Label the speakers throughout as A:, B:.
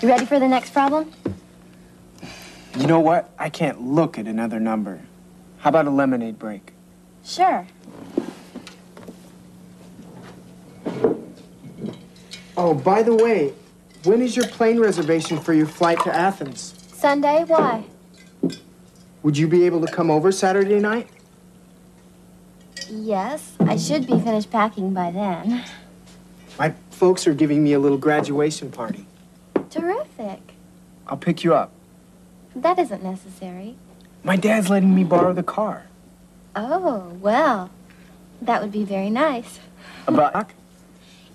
A: You ready for the next problem?
B: You know what? I can't look at another number. How about a lemonade break?
A: Sure.
B: Oh, by the way, when is your plane reservation for your flight to Athens?
A: Sunday, why?
B: Would you be able to come over Saturday night?
A: Yes, I should be finished packing by then.
B: My folks are giving me a little graduation party.
A: Terrific.
B: I'll pick you up.
A: That isn't necessary.
B: My dad's letting me borrow the car.
A: Oh, well, that would be very nice.
B: About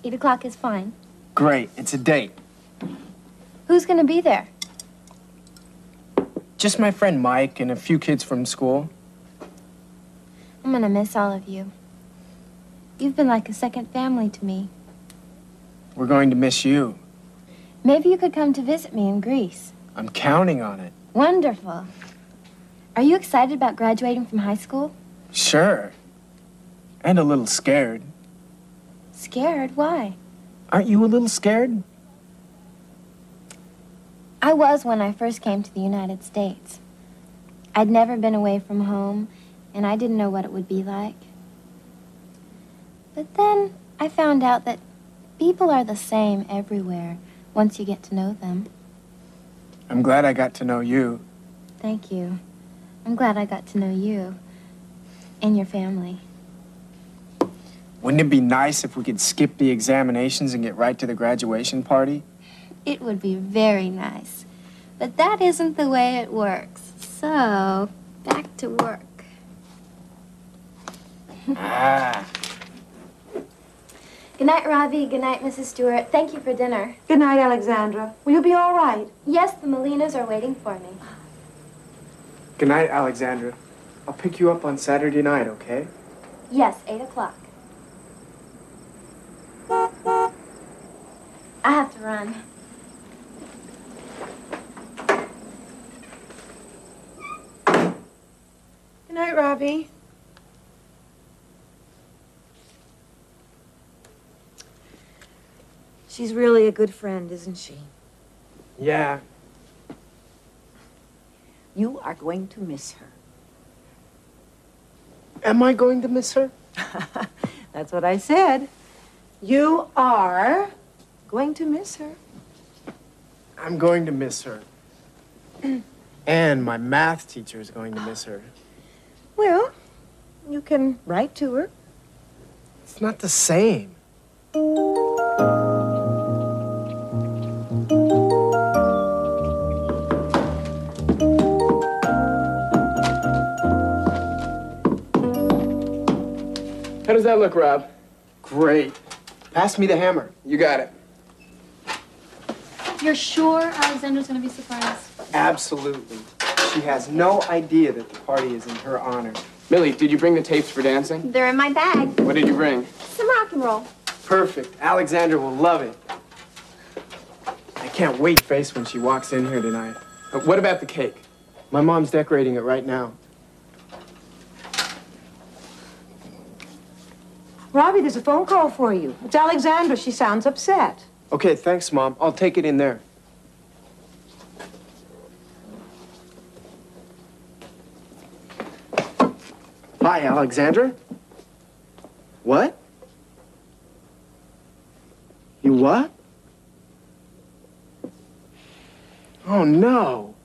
A: Eight o'clock is fine.
B: great. It's a date.
A: Who's going to be there?
B: Just my friend Mike and a few kids from school.
A: I'm going to miss all of you. You've been like a second family to me.
B: We're going to miss you.
A: Maybe you could come to visit me in Greece.
B: I'm counting on it.
A: Wonderful. Are you excited about graduating from high school?
B: Sure. And a little scared.
A: Scared? Why?
B: Aren't you a little scared?
A: I was when I first came to the United States. I'd never been away from home, and I didn't know what it would be like. But then I found out that people are the same everywhere once you get to know them.
B: I'm glad I got to know you.
A: Thank you. I'm glad I got to know you and your family.
B: Wouldn't it be nice if we could skip the examinations and get right to the graduation party?
A: It would be very nice. But that isn't the way it works. So, back to work.
B: Ah.
A: Good night, Ravi. Good night, Mrs. Stewart. Thank you for dinner.
C: Good night, Alexandra. Will you be all right?
A: Yes, the Molinas are waiting for me.
B: Good night, Alexandra. I'll pick you up on Saturday night, okay?
A: Yes, 8 o'clock. I have to run.
C: Good night, Robbie. She's really a good friend, isn't she?
B: Yeah.
D: You are going to miss
B: Am I going to miss her?
D: her. That's what I said. You are going to miss her.
B: I'm going to miss her. and my math teacher is going to miss her.
D: Well, you can write to her.
B: It's not the same.
E: How does that look, Rob?
B: Great. Pass me the hammer.
E: You got it.
F: You're sure Alexandra's gonna be surprised?
B: Absolutely. She has no idea that the party is in her honor.
E: Millie, did you bring the tapes for dancing?
A: They're in my bag.
E: What did you bring?
A: Some rock and roll.
B: Perfect. Alexandra will love it. I can't wait face when she walks in here tonight.
E: Uh, What about the cake?
B: My mom's decorating it right now.
C: Robbie, there's a phone call for you. It's Alexandra. She sounds upset.
B: Okay, thanks, Mom. I'll take it in there. Hi, Alexandra. What? You what? Oh, no.